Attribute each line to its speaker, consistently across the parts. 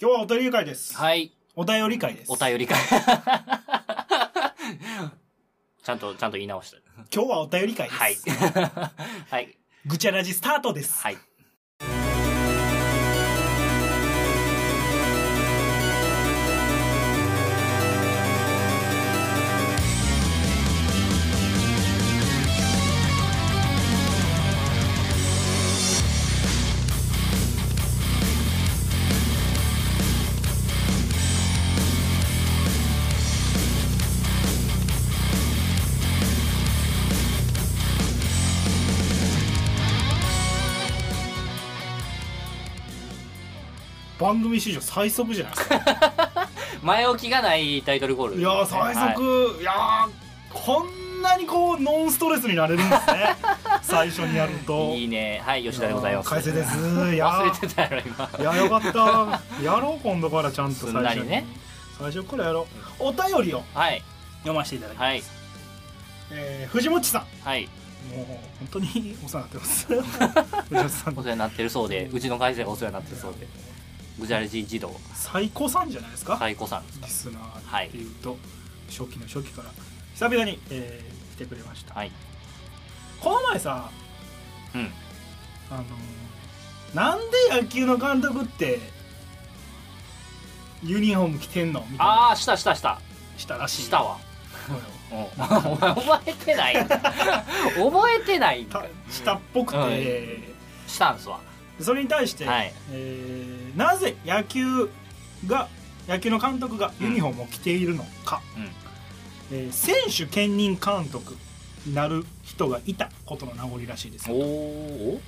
Speaker 1: 今日はお便り会です。
Speaker 2: はい。
Speaker 1: お便り会です。
Speaker 2: お 便り会。ちゃんと、ちゃんと言い直した。
Speaker 1: 今日はお便り会です。
Speaker 2: はい。 はい。
Speaker 1: ぐちゃらじスタートです。
Speaker 2: はい。
Speaker 1: 番組史上最速じゃないですか。
Speaker 2: 前置きがないタイトルコール、
Speaker 1: いやー、最速、、
Speaker 2: はい
Speaker 1: やー、こんなにこう、ノンストレスになれるんです ね。最初にやると。
Speaker 2: い。いいね。はい、吉田でございます。
Speaker 1: 快晴です。いや
Speaker 2: 忘
Speaker 1: ー
Speaker 2: れてたやろ、今。
Speaker 1: いやよかったやろう今度からちゃんと
Speaker 2: す
Speaker 1: 最
Speaker 2: んな
Speaker 1: 初
Speaker 2: りね。
Speaker 1: 最初からやろうお便りを
Speaker 2: はい。
Speaker 1: 読ませていただきます、
Speaker 2: はい。
Speaker 1: えー藤本さん
Speaker 2: はい。
Speaker 1: もう本当にお世話になってます 藤本さ
Speaker 2: お
Speaker 1: ん
Speaker 2: 世話になってるそうで、うちの会社がお世話になってるそうで。ぐじゃれじ児童、
Speaker 1: 最高さんじゃないですか、
Speaker 2: 最高さんです
Speaker 1: リ
Speaker 2: か。
Speaker 1: スナ
Speaker 2: は
Speaker 1: ー
Speaker 2: い
Speaker 1: っていうと、初期の初期から久々に、えー来てくれました、
Speaker 2: はい。
Speaker 1: この前さ
Speaker 2: うん。
Speaker 1: あのーなんで野球の監督ってユニフォーム着てんのみたいな
Speaker 2: ああ、したしたした。
Speaker 1: したらしい
Speaker 2: したわ。
Speaker 1: のよ
Speaker 2: うん、お前覚えて ないんだ覚えてないん
Speaker 1: た
Speaker 2: だ
Speaker 1: したっぽくて、
Speaker 2: うんしたんすわ
Speaker 1: それに対して、
Speaker 2: はい
Speaker 1: えーなぜ野球が野球の監督がユニフォームを着ているのか、
Speaker 2: うん
Speaker 1: えー選手兼任監督になる人がいたことの名残らしいです
Speaker 2: おお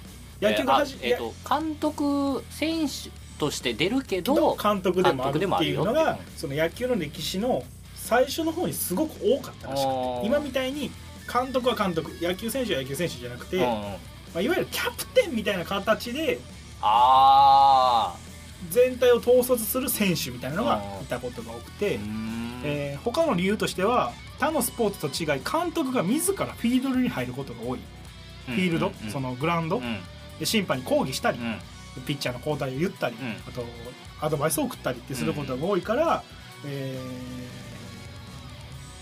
Speaker 1: 野球がはじ
Speaker 2: えーあえーと監督選手として出るけど
Speaker 1: 監督でもある
Speaker 2: 監督でも
Speaker 1: っ
Speaker 2: あ
Speaker 1: て
Speaker 2: る
Speaker 1: いう
Speaker 2: よ
Speaker 1: の
Speaker 2: っ
Speaker 1: が
Speaker 2: ていう
Speaker 1: その野球の歴史の最初の方にすごく多かったらしく
Speaker 2: あー
Speaker 1: て今みたいに監督は監督野球選手は野球選手じゃなくて、
Speaker 2: うんうん
Speaker 1: まあ、いわゆるキャプテンみたいな形で
Speaker 2: あ
Speaker 1: 全体を統率する選手みたいなのがいたことが多くて。
Speaker 2: ーうーん
Speaker 1: えー他の理由としては他のスポーツと違い監督が自らフィールドに入ることが多いフィールド、
Speaker 2: うん
Speaker 1: そのグラウンド、
Speaker 2: うん
Speaker 1: で審判に抗議したり、
Speaker 2: うん
Speaker 1: ピッチャーの交代を言ったり、
Speaker 2: うん
Speaker 1: あとアドバイスを送ったりってすることが多いから、え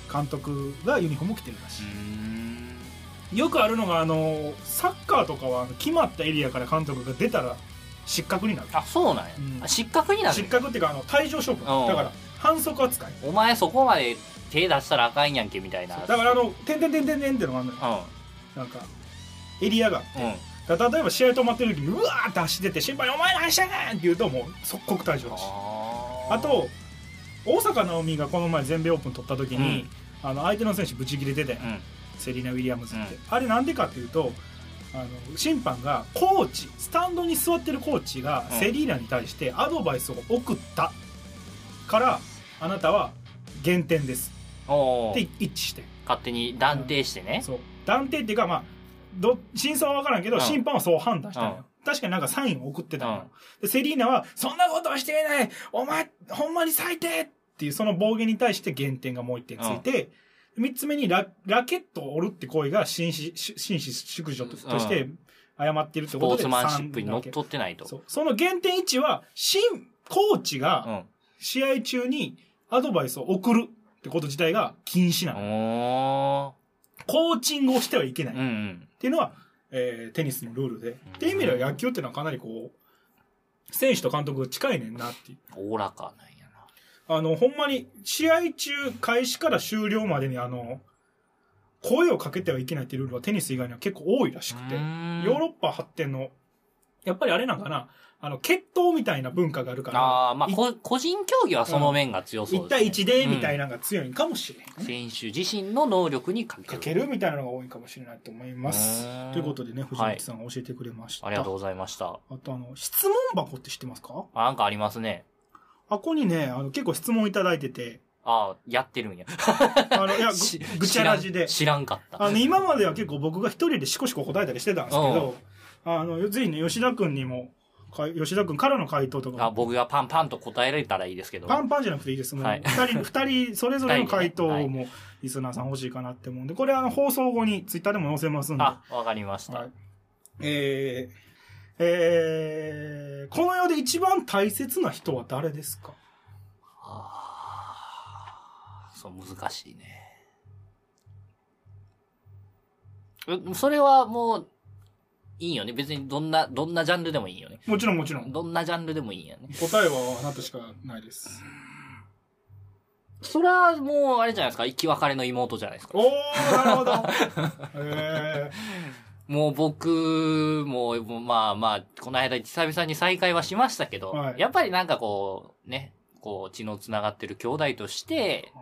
Speaker 1: ー監督がユニフォームを着てるらし
Speaker 2: う
Speaker 1: い
Speaker 2: ー、ん
Speaker 1: よくあるのがあのサッカーとかはあの決まったエリアから監督が出たら失格になる
Speaker 2: あそうなんや、
Speaker 1: うん
Speaker 2: あ失格になる
Speaker 1: 失格っていうかあの退場処分
Speaker 2: うん
Speaker 1: だから反則扱い
Speaker 2: お前そこまで手出したらあかんやんけみたいな
Speaker 1: だからあの「てんてんてんてんてん」ってのがあるのよ
Speaker 2: う
Speaker 1: なんかエリアが
Speaker 2: んうん
Speaker 1: だから例えば試合止まってる時にうわーって走ってって審判に「お前何してんねん!」って言うともう即刻退場だし
Speaker 2: あー
Speaker 1: あと大坂なおみがこの前全米オープン取った時に、あの相手の選手ブチ切れてたよ、
Speaker 2: うん
Speaker 1: セリーナ・ウィリアムズって、
Speaker 2: う
Speaker 1: あれなんでかっていうとあの審判がコーチスタンドに座ってるコーチが
Speaker 2: うん
Speaker 1: セリーナに対してアドバイスを送ったからあなたは減点です
Speaker 2: お
Speaker 1: って
Speaker 2: ー
Speaker 1: 一致して
Speaker 2: 勝手に断定してね、
Speaker 1: そう断定っていうかまあど真相は分からんけど、
Speaker 2: うん
Speaker 1: 審判はそう判断したのよ、
Speaker 2: うん
Speaker 1: 確かになんかサインを送ってたのよ、
Speaker 2: うん
Speaker 1: でセリーナは「そんなことはしていないお前ほんまに最低!」っていうその暴言に対して減点がもう1点ついて、三3つ目にララケットを折るって行為が紳士し紳士淑女と
Speaker 2: うん
Speaker 1: として謝ってるって
Speaker 2: ス
Speaker 1: こ
Speaker 2: ポ
Speaker 1: と
Speaker 2: ー
Speaker 1: で
Speaker 2: ツマンシップ
Speaker 1: 三
Speaker 2: にの
Speaker 1: だ
Speaker 2: っ
Speaker 1: け
Speaker 2: とってないと。
Speaker 1: そうその減点1は審コーチ
Speaker 2: う
Speaker 1: が
Speaker 2: ん。
Speaker 1: 試合中にアドバイスを送るってこと自体が禁止なの、
Speaker 2: お
Speaker 1: コーチングをしてはいけない、
Speaker 2: ー。うんうん。
Speaker 1: っていうのは、えーテニスのルールで。っていう意味では野球っていうのはかなりこう、選手と監督が近いねんなっていう。
Speaker 2: おおらかなんやな。
Speaker 1: あの、ほんまに、試合中、開始から終了までにあの、声をかけてはいけないっていうルールはテニス以外には結構多いらしくて、
Speaker 2: う
Speaker 1: ヨ
Speaker 2: ーん
Speaker 1: ーロッパ発展の、やっぱりあれなんかな、あの、決闘みたいな文化があるから、
Speaker 2: ああ、まあ、
Speaker 1: い
Speaker 2: こ個人競技はその面が強そう
Speaker 1: 1
Speaker 2: です、ね。
Speaker 1: 対1で、みたい
Speaker 2: な、
Speaker 1: なのが強いんかもしれんね。
Speaker 2: 選手自身の能力にかける。
Speaker 1: かけるみたいなのが多いかもしれないと思います
Speaker 2: う。ーん
Speaker 1: ということでね、藤本さんが教えてくれました。
Speaker 2: ありがとうございました。
Speaker 1: あとあの、質問箱って知ってますか
Speaker 2: あなんかありますね。
Speaker 1: あここにね、あの、結構質問いただいてて、
Speaker 2: ああ、やってるんや。
Speaker 1: あの、い や、
Speaker 2: し
Speaker 1: ぐぐちゃらじで。
Speaker 2: 知らん知らんかった。
Speaker 1: あの、今までは結構僕が一人でしこしこ答えたりしてたんですけど、あの、ぜひね、吉田くんにも、か吉田くんからの回答と
Speaker 2: あ
Speaker 1: か、
Speaker 2: 僕がパンパンと答えられたらいいですけど。
Speaker 1: パンパンじゃなくていいです。もう、
Speaker 2: はい
Speaker 1: 二 人、二人、それぞれの回答
Speaker 2: 二
Speaker 1: を
Speaker 2: 人で
Speaker 1: も、リスナーさん欲しいかなって思うんで、これあの、放送後にツイッターでも載せますんで、
Speaker 2: あ、わかりました。
Speaker 1: はいえーえー、この世で一番大切な人は誰ですか
Speaker 2: あーそう、難しいね。えそれはもう、いいよね。別にどんな、どんなジャンルでもいいよね。
Speaker 1: もちろんもちろん。
Speaker 2: どんなジャンルでもいいんやね。
Speaker 1: 答えはあなたしかないです。
Speaker 2: それはもう、あれじゃないですか。生き別れの妹じゃないですか。
Speaker 1: おー、なるほ ど。え
Speaker 2: もう僕も、もうまあまあ、この間久々に再会はしましたけど、
Speaker 1: はい
Speaker 2: やっぱりなんかこう、ね、こう、血の繋がってる兄弟として、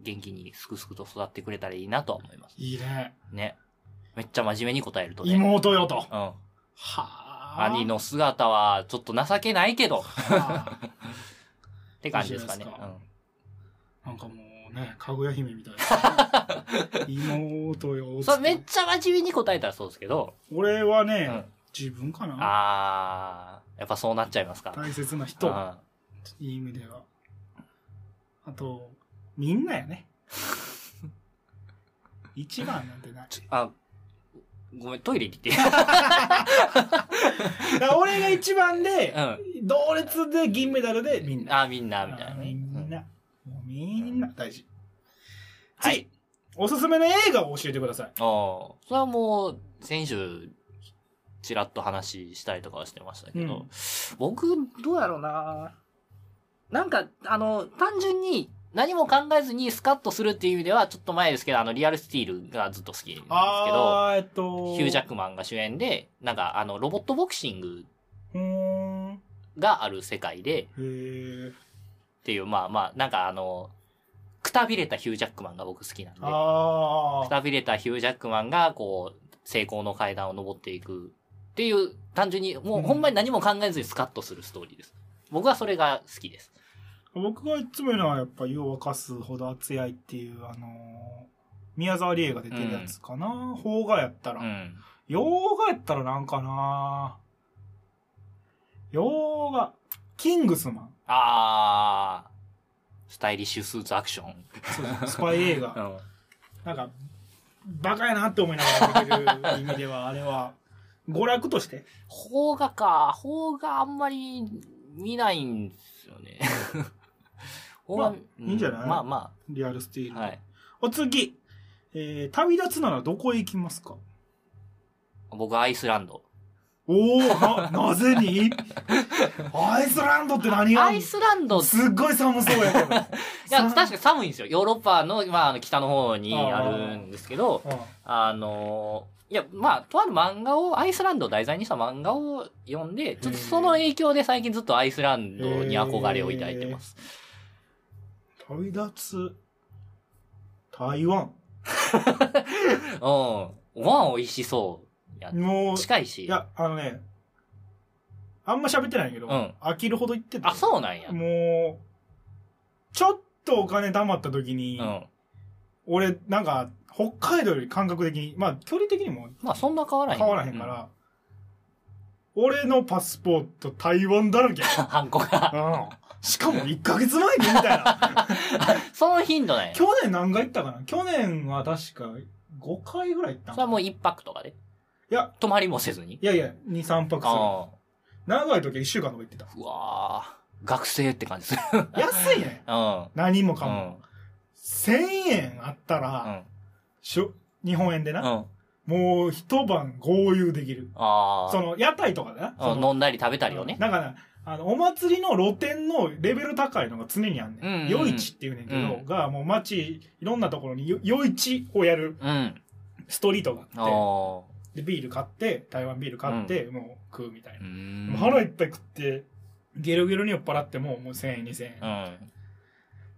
Speaker 2: 元気にすくすくと育ってくれたらいいなとは思います。
Speaker 1: ー、いいね。
Speaker 2: ね。めっちゃ真面目に答えるとね。
Speaker 1: 妹よと。
Speaker 2: うん。
Speaker 1: は
Speaker 2: 兄。の姿はちょっと情けないけど、っ
Speaker 1: はあ
Speaker 2: て感じですかね。
Speaker 1: いいじゃ
Speaker 2: う
Speaker 1: ない
Speaker 2: ん。
Speaker 1: なんかもうね、かぐや姫みたい な。妹よ。
Speaker 2: それめっちゃ真面目に答えたらそうですけど、
Speaker 1: 俺はね、
Speaker 2: うん
Speaker 1: 自分かな。
Speaker 2: あー、やっぱそうなっちゃいますか。
Speaker 1: 大切な人。
Speaker 2: うん。
Speaker 1: いい意味では。あと、みんなや ね。一番なんてない。
Speaker 2: あ、ごめん、トイレに 行って。
Speaker 1: だから俺が一番で
Speaker 2: う、ん。
Speaker 1: 同列で銀メダルでみんな。
Speaker 2: あ、みんな、みたいなね。
Speaker 1: みん
Speaker 2: うん
Speaker 1: な。もうみんな大事。
Speaker 2: は
Speaker 1: 次
Speaker 2: い。
Speaker 1: おすすめの映画を教えてください。
Speaker 2: ああ。それはもう、先週、ちらっと話したりとかはしてましたけど、
Speaker 1: うん
Speaker 2: 僕、どうやろうななんか、あの、単純に、何も考えずにスカッとするっていう意味では、ちょっと前ですけど、あの、リアルスティールがずっと好きなんですけど、
Speaker 1: あー、えっと。
Speaker 2: ヒュー・ジャックマンが主演で、なんか、あの、ロボットボクシング
Speaker 1: うーん。へ
Speaker 2: がある世界で、
Speaker 1: ー。
Speaker 2: っていう、まあまあ、なんかあの、くたびれたヒュー・ジャックマンが僕好きなんで、
Speaker 1: あ
Speaker 2: く
Speaker 1: ー。
Speaker 2: たびれたヒュージャックマンが、こう、成功の階段を登っていくっていう、単純に、もうほんまに何も考えずにスカッとするストーリーです。僕はそれが好きです。
Speaker 1: 僕がいつも言うのは、やっぱ、湯を沸かすほど熱い愛っていう、あのー宮沢りえが出てるやつかな。邦画やったら
Speaker 2: う。ん。
Speaker 1: 洋画やったらなんかな洋画。キングスマン。
Speaker 2: あー、スタイリッシュスーツアクション。
Speaker 1: そうスパイ映
Speaker 2: う
Speaker 1: 画。
Speaker 2: ん。
Speaker 1: なんか、バカやなって思いながら見てる意味では、あれは、娯楽として。
Speaker 2: 邦画か。邦画あんまり見ないんですよ ね。邦
Speaker 1: まあいいんじゃない
Speaker 2: うんまあま
Speaker 1: リアルスティール。
Speaker 2: あ、はい。
Speaker 1: お次。えー、旅立つならどこへ行きますか
Speaker 2: 僕アイスランド。
Speaker 1: おー、な、 なぜにアイスランドって何が
Speaker 2: アイスランドって
Speaker 1: すっごい寒そうやけど。い
Speaker 2: いや、確かに寒いんですよ。ヨーロッパの、まああの、北の方にあるんですけど、
Speaker 1: に。
Speaker 2: あのーいや、まあ、とある漫画を、アイスランドを題材にした漫画を読んで、ちょっとその影響で最近ずっとアイスランドに憧れを抱いてます。
Speaker 1: 旅立つ、台湾。
Speaker 2: うん。ご飯美味しそう。や
Speaker 1: もう、
Speaker 2: 近いし
Speaker 1: い。や、あのね、あんま喋ってないけど、
Speaker 2: うん
Speaker 1: 飽きるほど言ってた。
Speaker 2: あ、そうなんや。
Speaker 1: もう、ちょっとお金貯まった時に、
Speaker 2: うん。
Speaker 1: 俺、なんか、北海道より感覚的に、まあ、距離的にも
Speaker 2: まあ、そんな変わらへん。
Speaker 1: 変わらへんから、俺のパスポート台湾だらけ。
Speaker 2: うん。ハンコが。
Speaker 1: うんしかも1ヶ月前にみたいな。
Speaker 2: その頻度なんや。そ
Speaker 1: 去年何回行ったかな去年は確か5回ぐらい行ったん
Speaker 2: れはもう
Speaker 1: い
Speaker 2: 一泊とかで。
Speaker 1: や。
Speaker 2: 泊まりもせずに。
Speaker 1: やいや、2、3泊する。
Speaker 2: あ
Speaker 1: 長い時は1週間とか行ってた
Speaker 2: あ。。うわー学生って感 じする。
Speaker 1: 安いね。
Speaker 2: うん。うん。
Speaker 1: 何もか
Speaker 2: う
Speaker 1: も。
Speaker 2: ん。
Speaker 1: 1000円あった
Speaker 2: う
Speaker 1: ら、
Speaker 2: ん。
Speaker 1: しょ日本円でな、
Speaker 2: あ
Speaker 1: もう一晩豪遊できる。
Speaker 2: あ
Speaker 1: その、屋台とかでな。
Speaker 2: ー。
Speaker 1: そ
Speaker 2: うん
Speaker 1: の
Speaker 2: 飲んだり食べたりをね。
Speaker 1: だから、あの、お祭りの露店のレベル高いのが常にあん
Speaker 2: うんうん
Speaker 1: ね
Speaker 2: うん
Speaker 1: ん。夜市っていうねんけ
Speaker 2: う
Speaker 1: ど、
Speaker 2: ん
Speaker 1: が、もう街、いろんなところによ夜市をやる
Speaker 2: うん。
Speaker 1: ストリートが
Speaker 2: あ
Speaker 1: あって、
Speaker 2: あ。
Speaker 1: で、ビール買って、台湾ビール買って、もう食うみたいな。もう
Speaker 2: 腹
Speaker 1: 腹いっぱい食って、ゲロゲロに酔っ払っても、もう1000円、2000円。
Speaker 2: うん。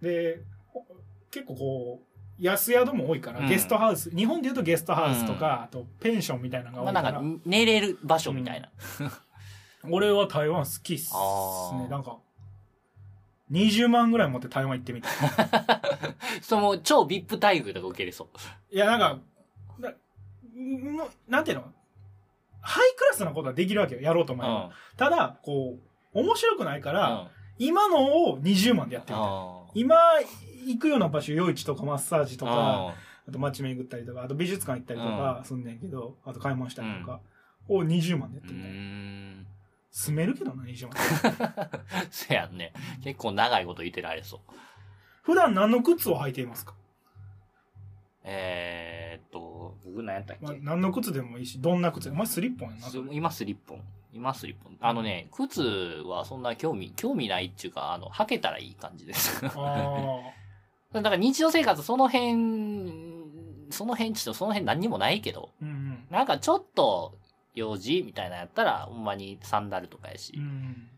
Speaker 1: で、ほ結構こう、安宿も多いから、
Speaker 2: うん
Speaker 1: ゲストハウス、日本で言うとゲストハウスとか、あとペンションみたいなのが
Speaker 2: ま
Speaker 1: 多
Speaker 2: あ
Speaker 1: いか
Speaker 2: な
Speaker 1: ら、
Speaker 2: んか、寝れる場所みたいな。
Speaker 1: 俺は台湾好きっす
Speaker 2: あ
Speaker 1: ね。
Speaker 2: ー
Speaker 1: なんか、20万ぐらい持って台湾行って みたい。
Speaker 2: その、超 VIP 待遇とか受けれそう。
Speaker 1: いや、なんか、な、んのなんていうのハイクラスなことはできるわけよ、やろうと
Speaker 2: う
Speaker 1: 思
Speaker 2: ん。
Speaker 1: えば。
Speaker 2: あ
Speaker 1: ただ、こう、面白くないから、
Speaker 2: あ
Speaker 1: 今のを20万でやってみたい。
Speaker 2: ー。
Speaker 1: 今、行くような場所、夜市とかマッサージとか、あと街巡ったりとか、あと美術館行ったりとか、すんねんけど、あと買い物したりとか、を20万でやっ
Speaker 2: う
Speaker 1: ても、
Speaker 2: ーん。
Speaker 1: 住めるけどな、20万。
Speaker 2: せやんね。結構長いこと言ってられそう。
Speaker 1: 普段何の靴を履いていますか、
Speaker 2: えーっと、僕何やったっ
Speaker 1: まあ
Speaker 2: け、
Speaker 1: 何の靴でもいいし、どんな靴でも。お前スリッポンやな。
Speaker 2: す今スリッポン。今スリッポン。あのね、靴はそんな興味、興味ないっていうか、あの、履けたらいい感じです。だ か
Speaker 1: あ
Speaker 2: ら日常生活その辺、その辺ちょっとその辺何にもないけど、
Speaker 1: あ。うん
Speaker 2: なんかちょっと用事みたいなのやったら、ほんまにサンダルとかやし、
Speaker 1: うん。うん。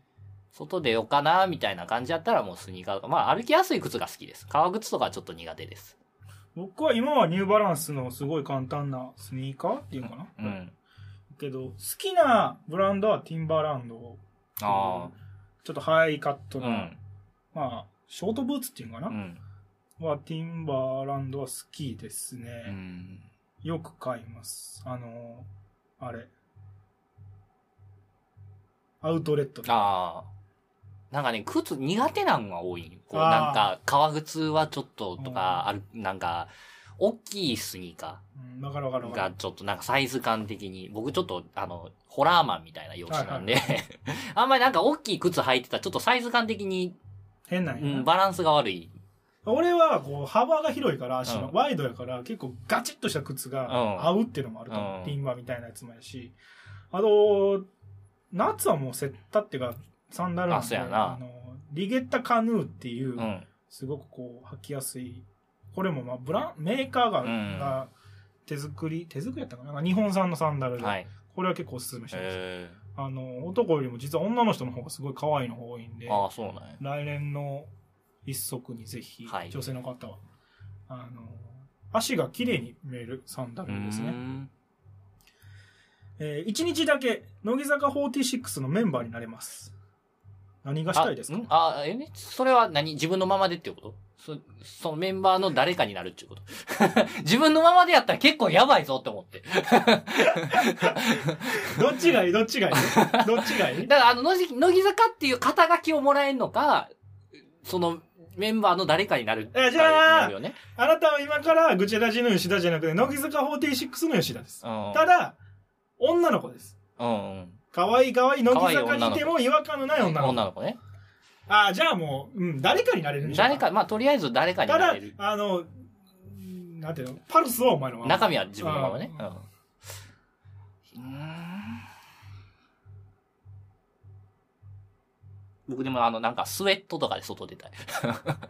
Speaker 2: 外出ようかなみたいな感じやったらもうスニーカーとか、まあ歩きやすい靴が好きです。革靴とかはちょっと苦手です。
Speaker 1: 僕は今はニューバランスのすごい簡単なスニーカーっていうのかな、
Speaker 2: うん。
Speaker 1: けど、好きなブランドはティンバーランド。
Speaker 2: あ
Speaker 1: ちょっとハイカッ
Speaker 2: あ。
Speaker 1: ト
Speaker 2: う
Speaker 1: な、
Speaker 2: ん。
Speaker 1: まあ、ショートブーツっていうのかな、
Speaker 2: うん。
Speaker 1: は、ティンバーランドは好きですね。
Speaker 2: うん。
Speaker 1: よく買います。あのーあれ。アウトレットで。
Speaker 2: ああ。なんかね、靴苦手なんが多い。こう、
Speaker 1: あー
Speaker 2: なんか、革靴はちょっととか、ある、なんか、大きいスニーカ
Speaker 1: うん、わかるわかる
Speaker 2: ー
Speaker 1: わか
Speaker 2: が
Speaker 1: る。
Speaker 2: ちょっとなんかサイズ感的に、僕ちょっと、あの、ホラーマンみたいな容姿なんで、 あんまりなんか大きい靴履いてたらちょっとサイズ感的に、
Speaker 1: 変なん
Speaker 2: う
Speaker 1: や
Speaker 2: ん、
Speaker 1: な。
Speaker 2: バランスが悪い。
Speaker 1: 俺は、こう、幅が広いから、足の
Speaker 2: うん
Speaker 1: ワイドやから、結構ガチッとした靴
Speaker 2: うん
Speaker 1: が合うっていうのもあると思う。
Speaker 2: うん
Speaker 1: ティンバーみたいなやつもやし。あと、夏はもうセッタっていうか、サンダルなん
Speaker 2: あ
Speaker 1: で、
Speaker 2: そうやな
Speaker 1: の、リゲッタカヌーっていう、
Speaker 2: うん。
Speaker 1: すごくこう履きやすいこれもまあブランメーカーが,、
Speaker 2: うん
Speaker 1: が手作り手作りやったかななんか日本産のサンダルで、
Speaker 2: はい。
Speaker 1: これは結構おすすめします、
Speaker 2: へ
Speaker 1: あの男よりも実は女の人の方がすごい可愛いの方が多いんで
Speaker 2: え。ああ、そうなんや。
Speaker 1: 来年の一足にぜひ、
Speaker 2: はい
Speaker 1: 女性の方はあの足が綺麗に見えるサンダ
Speaker 2: う
Speaker 1: ルです
Speaker 2: ー
Speaker 1: ね、
Speaker 2: ん。
Speaker 1: え1日だけ乃木坂46のメンバーになれます何がしたいですか
Speaker 2: んあ、え、ね、それは何自分のままでっていうことそ、そのメンバーの誰かになるっていうこと 自分のままでやったら結構やばいぞって思って。
Speaker 1: どっちがいいどっ ちがいいどっちがいい
Speaker 2: だから、あの、乃木乃木坂っていう肩書きをもらえるのか、そのメンバーの誰かになるか
Speaker 1: えじゃあ
Speaker 2: になるよね。
Speaker 1: あなたは今からぐちゃらじの吉田じゃなくて、乃木坂46の吉田です。
Speaker 2: うん
Speaker 1: ただ、女の子です。
Speaker 2: うんうん。
Speaker 1: 可愛い可愛い乃木坂にいても違和感のない女の子。
Speaker 2: 女の子ね。
Speaker 1: ああ、じゃあもう、うん、誰かになれるんじゃな
Speaker 2: 誰
Speaker 1: い
Speaker 2: か、まあ、とりあえず誰かに
Speaker 1: た
Speaker 2: な
Speaker 1: だ
Speaker 2: れる、。
Speaker 1: あの、うんなんていうの、パルスはお前のまま。
Speaker 2: 中身は自分のままね。
Speaker 1: う
Speaker 2: うんん。うーん僕でもあの、なんかスウェットとかで外出たい。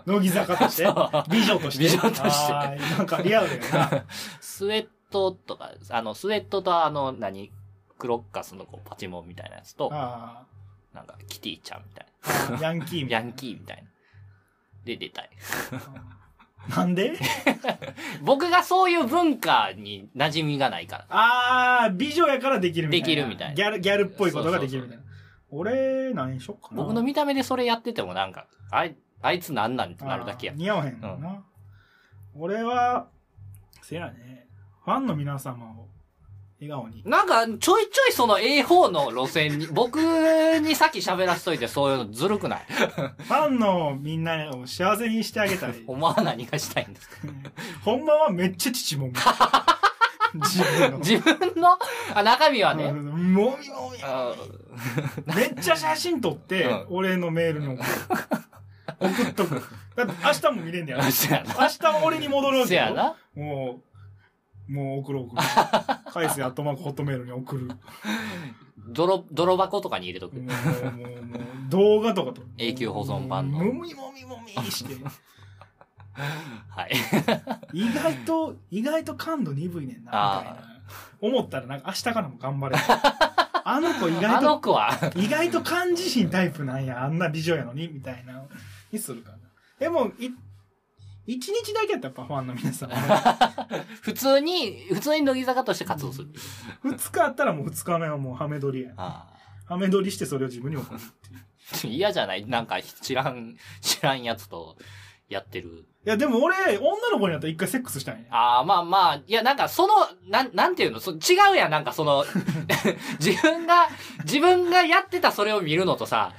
Speaker 1: 乃木坂として
Speaker 2: そ。う
Speaker 1: 美女として。
Speaker 2: 美女として
Speaker 1: あーなんかリアルだよな。
Speaker 2: スウェットとか、あの、スウェットとあの、何、クロッカスのこうパチモンみたいなやつと、
Speaker 1: あ
Speaker 2: なんかキティちゃんみたい
Speaker 1: ーヤンキーみ
Speaker 2: な、
Speaker 1: た
Speaker 2: ヤ
Speaker 1: いな
Speaker 2: ンキーみたいな。で出たい。
Speaker 1: なんで
Speaker 2: 僕がそういう文化に馴染みがないから。
Speaker 1: ああ、美女やからできるみたいな。
Speaker 2: できるみたいな
Speaker 1: ギャル、ギャルっぽいことができるみたいな。俺、何にしよっかな。
Speaker 2: 僕の見た目でそれやっててもなんか、あい、あいつなんなんってなるだけや
Speaker 1: あー。似合わへんのな、俺はせやねファンの皆様を笑顔に
Speaker 2: なんか、ちょいちょいその A4 の路線に、 僕にさっき喋らしといてそういうのずるくない
Speaker 1: ファンのみんなを幸せにしてあげたい
Speaker 2: お前は何がしたいんで すか
Speaker 1: ほんまはめっちゃ父もみ自分の
Speaker 2: 自分の、あ、中身は
Speaker 1: う
Speaker 2: ね、
Speaker 1: んもみもみ
Speaker 2: あ
Speaker 1: めっちゃ写真撮って、
Speaker 2: うん
Speaker 1: 俺のメールに送る送っとくだって明日も見れんねやろ
Speaker 2: ーそうや
Speaker 1: 明日も俺に戻ろう
Speaker 2: な。そう
Speaker 1: け
Speaker 2: やな。
Speaker 1: もうもう送ろう送ろう返せアットマークホットメールに送る
Speaker 2: 泥、泥箱とかに入れとく。
Speaker 1: もう、もう、もう、動画とかと。
Speaker 2: 永久保存版の
Speaker 1: もみもみもみして。
Speaker 2: はい。
Speaker 1: 意外と、意外と感度鈍いねんな、みたいな。思ったらなんか明日からも頑張れる。あの子意
Speaker 2: あ
Speaker 1: 外
Speaker 2: の
Speaker 1: と、
Speaker 2: 子は、
Speaker 1: 意外と感じひんタイプなんや、あんな美女やのに、みたいな、にするかな。でも、い、一日だけやったらやっぱファンの皆さん は。
Speaker 2: 普通に、普通に乃木坂として活動する。
Speaker 1: 二日あったらもう二日目はもうハメ撮りや。
Speaker 2: あ
Speaker 1: ハメ撮りしてそれを自分に送る。
Speaker 2: あ 嫌じゃないなんか、知らん、知らんやつとやってる。
Speaker 1: いや、でも俺、女の子になったら一回セックスしたんや。
Speaker 2: ああ、まあまあ、いや、なんかその、なん、なんていうのそ違うやん、なんかその、 自分が、自分がやってたそれを見るのとさ、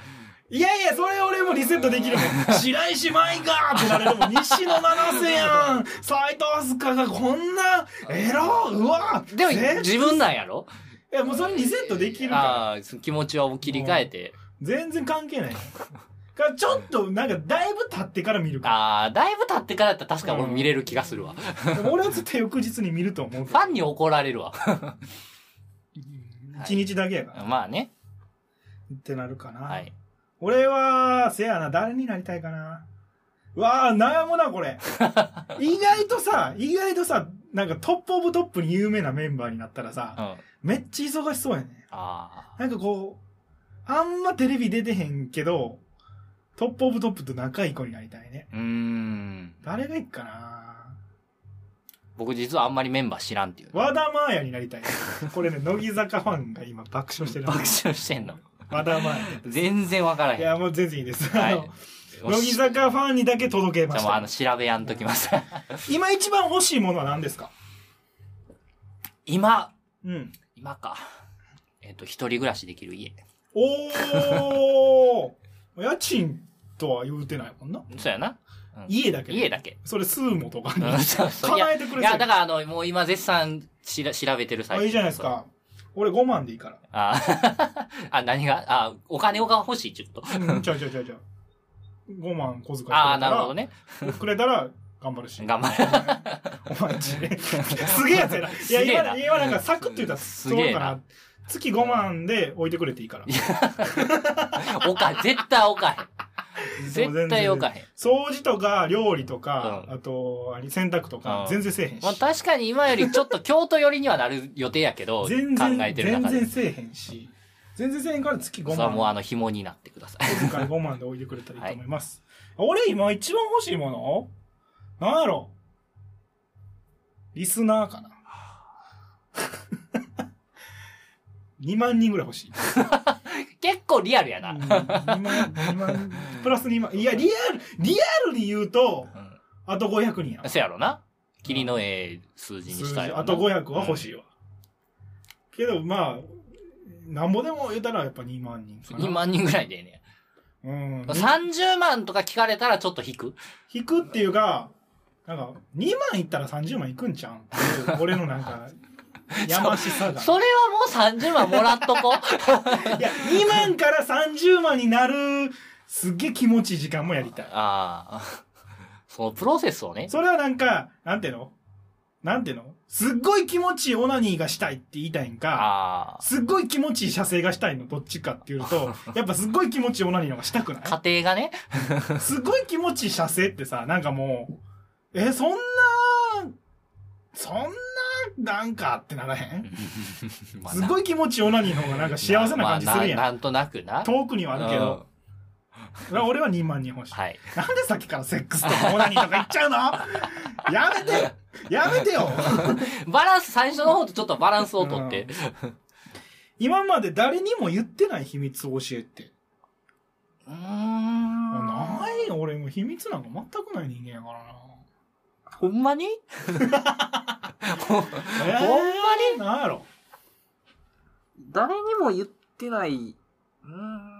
Speaker 1: いやいや、それ俺もリセットできる もん。白石舞がーってなれるもん。西野七瀬やん斎藤飛鳥がこんな、エロうわ
Speaker 2: でも
Speaker 1: ぜ
Speaker 2: 自分なんやろ
Speaker 1: いや、もうそれリセットできるから。
Speaker 2: ああ、その気持ちを切り替えて。
Speaker 1: 全然関係ない。からちょっと、なんか、だいぶ経ってから見るか
Speaker 2: ああ、だいぶ経ってからだったら確か俺見れる気がするわ。フ
Speaker 1: ら。でも俺は絶対翌日に見ると思うけど
Speaker 2: ァンに怒られるわ。
Speaker 1: 一日だけやから。
Speaker 2: まあね。
Speaker 1: ってなるかな。
Speaker 2: はい。
Speaker 1: 俺は、せやな、誰になりたいかな。うわあ、悩むな、こ れ。意外とさ、意外とさ、なんかトップオブトップに有名なメンバーになったら
Speaker 2: うん。
Speaker 1: さ、
Speaker 2: あ
Speaker 1: めっちゃ忙しそうやね。
Speaker 2: あ
Speaker 1: なんかこう、あんまテレビ出てへんけど、トップオブトップと仲いい子になりたいね。
Speaker 2: ー。うーん。
Speaker 1: 誰がいいかな
Speaker 2: 僕実はあんまりメンバー知らんっていう。
Speaker 1: 和田マーヤになりたいね。これね、乃木坂ファンが今爆笑してる。
Speaker 2: 爆笑してんの。
Speaker 1: 和田マー
Speaker 2: 全然わからへ
Speaker 1: ヤ。
Speaker 2: ん。
Speaker 1: いや、もう全然いいです。
Speaker 2: はい
Speaker 1: あの乃木坂ファンにだけ届けま
Speaker 2: じゃあ
Speaker 1: し
Speaker 2: もうあ
Speaker 1: た
Speaker 2: の、。調べやんときます。
Speaker 1: 今一番欲しいものは何ですか
Speaker 2: 今、
Speaker 1: うん。
Speaker 2: 今か。えっ、と、一人暮らしできる家。
Speaker 1: おー家賃とは言うてないもんな。
Speaker 2: そうやな。
Speaker 1: 家だけ。
Speaker 2: 家だけ。
Speaker 1: それ、スーモとかに
Speaker 2: う。んそう そう。いや、
Speaker 1: 叶
Speaker 2: い
Speaker 1: えてくれ
Speaker 2: やだ
Speaker 1: てる。
Speaker 2: からあの、もう今絶賛しら調べてる最
Speaker 1: あ、
Speaker 2: 中。
Speaker 1: いいじゃないですか。俺5万でいいから。
Speaker 2: あーあ、何が、あ、お金が欲しい、ちょっと。
Speaker 1: うん、ちゃうちゃうちゃうちゃう。5万小遣いくれたら。
Speaker 2: ああ、なるほどね。
Speaker 1: くれたら、頑張るし。
Speaker 2: 頑張る。
Speaker 1: お前んち。すげえやつやな。い
Speaker 2: す
Speaker 1: や、
Speaker 2: げえ
Speaker 1: 今
Speaker 2: な
Speaker 1: な、今なんかサクって言ったら、
Speaker 2: す
Speaker 1: そう
Speaker 2: げえ
Speaker 1: か
Speaker 2: な
Speaker 1: な。月5万で置いてくれていいから。
Speaker 2: おかへん絶対おかへん。絶対おかへん。
Speaker 1: 掃除とか、料理とか、
Speaker 2: うん
Speaker 1: あと、あれ洗濯とか
Speaker 2: う、ん
Speaker 1: 全然せえへんし
Speaker 2: まあ。確かに今よりちょっと京都寄りにはなる予定やけど、考
Speaker 1: 全
Speaker 2: え
Speaker 1: 然、
Speaker 2: てる
Speaker 1: 全
Speaker 2: 中で
Speaker 1: 然。せえへんし。全然せえへんから月5
Speaker 2: それはもうあ
Speaker 1: 万。
Speaker 2: の、紐になってください。
Speaker 1: 小遣い5万で置いてくれたらいいと思います。俺今一番欲しいものなんやろリスナーかな。2万人ぐらい欲しい。
Speaker 2: 結構リアルやな。
Speaker 1: うん2万、2万、プラス2万。いや、リアル、リアルに言うと、
Speaker 2: う
Speaker 1: あと500人や
Speaker 2: ん。。そやろな。霧のええ数字にしたいわな。
Speaker 1: あと500は欲しいわ。けど、まあ、なんぼでも言うたらやっぱ2万人かな。
Speaker 2: 2万人ぐらいでええねや。
Speaker 1: うん。
Speaker 2: 30万とか聞かれたらちょっと引く。
Speaker 1: 引くっていうか、なんか、2万いったら30万いくんちゃうんっていう俺のなんか、やましさが。
Speaker 2: それはもう30万もらっとこ う。
Speaker 1: いや、2万から30万になる、すっげえ気持ちいい時間もやりたい。
Speaker 2: ああ。そのプロセスをね。
Speaker 1: それはなんか、なんていうのなんていうのすっごい気持ちいいオナニーがしたいって言いたいんか、
Speaker 2: あ
Speaker 1: すっごい気持ちいい射精がしたいのどっちかっていう と、やっぱすっごい気持ちいいオナニーの方がしたくない
Speaker 2: あ。家庭が ね。
Speaker 1: すごい気持ちいい射精ってさ、なんかもう、え、そんな、そんな、なんかってならへんすっ
Speaker 2: い
Speaker 1: ごい気持ちいいオナニーの方がなんか幸せな感じするやん。
Speaker 2: なんとなくな。
Speaker 1: 遠くにはあるけど。だから俺は2万人欲しい。
Speaker 2: はい。
Speaker 1: なんでさっきからセックスとかオナニーとか言っちゃうのやめてやめてよ
Speaker 2: バランス、最初の方とちょっとバランスをとって。
Speaker 1: 今まで誰にも言ってない秘密を教えて。
Speaker 2: うー
Speaker 1: もうんないよ俺もう秘密なんか全くない人間やからな。
Speaker 2: ほんまに
Speaker 1: え ー、
Speaker 2: ほんま
Speaker 1: になんやろ
Speaker 2: 誰にも言ってない。うーん。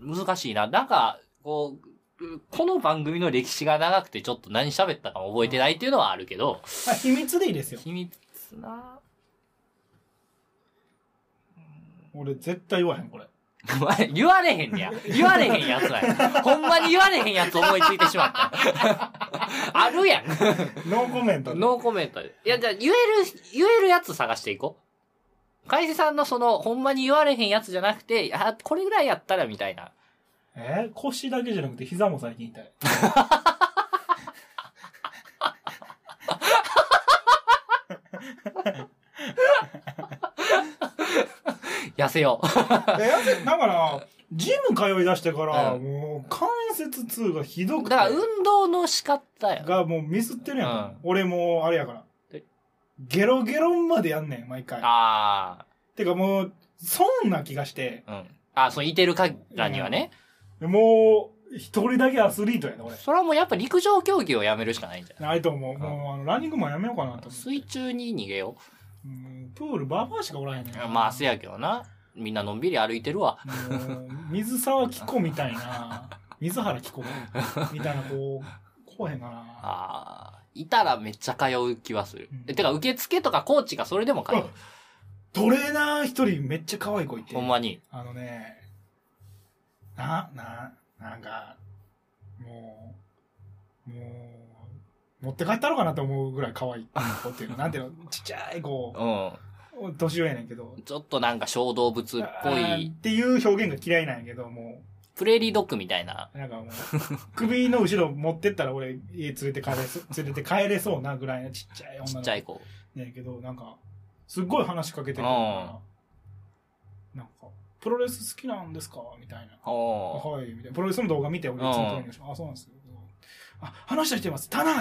Speaker 2: 難しいな。なんか、こう、この番組の歴史が長くてちょっと何喋ったかも覚えてないっていうのはあるけど、
Speaker 1: あ秘密でいいですよ。
Speaker 2: 秘密な
Speaker 1: 俺絶対言わへん、これ。
Speaker 2: 言われへんねや。言われへんやつだよ。ほんまに言われへんやつ思いついてしまった。 あるやん。
Speaker 1: ノーコメントで。
Speaker 2: ノーコメントで。いや、じゃあ言える、言えるやつ探していこう。海瀬さんのその、ほんまに言われへんやつじゃなくて、あ、これぐらいやったらみたいな。
Speaker 1: えー腰だけじゃなくて膝も最近 痛い。
Speaker 2: 痩せよう。
Speaker 1: えやせだから、ジム通い出してから、
Speaker 2: うん
Speaker 1: もう関節痛がひどくて。
Speaker 2: だから運動の仕方や。
Speaker 1: がもうミスってるやん。
Speaker 2: うん
Speaker 1: 俺もう、あれやから
Speaker 2: え。
Speaker 1: ゲロゲロまでやんねん、毎回。
Speaker 2: あ
Speaker 1: てかもう、損な気がして、
Speaker 2: あ、うん。あそう、いてるからにはね。
Speaker 1: もう、一人だけアスリートやね、俺。
Speaker 2: それはもうやっぱ陸上競技をやめるしかないんじゃ
Speaker 1: ないと思う。
Speaker 2: ん
Speaker 1: もう、あの、ランニングマンやめようかなと
Speaker 2: ない
Speaker 1: 思って。
Speaker 2: 水中に逃げよ
Speaker 1: うんプールバーバーしかおらへんねん。
Speaker 2: う。まあ、せやけどな。みんなのんびり歩いてるわ。
Speaker 1: もう水沢希子み たいな、水原希子みたいな、こう、こうへんかな。
Speaker 2: ああ、いたらめっちゃ通う気はする。
Speaker 1: うん
Speaker 2: てか、受付とかコーチがそれでも通う。
Speaker 1: あトレーナー一人めっちゃ可愛い子いて。
Speaker 2: ほんまに。
Speaker 1: あのね、な、な、なんか、もう、もう、持って帰ったのかなと思うぐらい可愛い子っていうの、なんていうの、ちっちゃい子
Speaker 2: う、ん。
Speaker 1: 年上やねんけど。
Speaker 2: ちょっとなんか小動物っぽ
Speaker 1: あー
Speaker 2: い
Speaker 1: っ、ていう表現が嫌いなんやけど、も
Speaker 2: プレーリードッグみたいな。
Speaker 1: う、なんかもう、首の後ろ持ってったら俺家連れて帰れ そ、連れて帰れそうなぐらいのちっちゃい女の子。
Speaker 2: ちっちゃい子。
Speaker 1: ねんけど、なんか、すっごい話しかけてくるから、なんか、プロレス好きなんですかみたいな。
Speaker 2: おー
Speaker 1: はい、みたいな。プロレスの動画見て、俺いつもトレーニングします。あ、そうなんですよ。あ、話した人います。棚橋。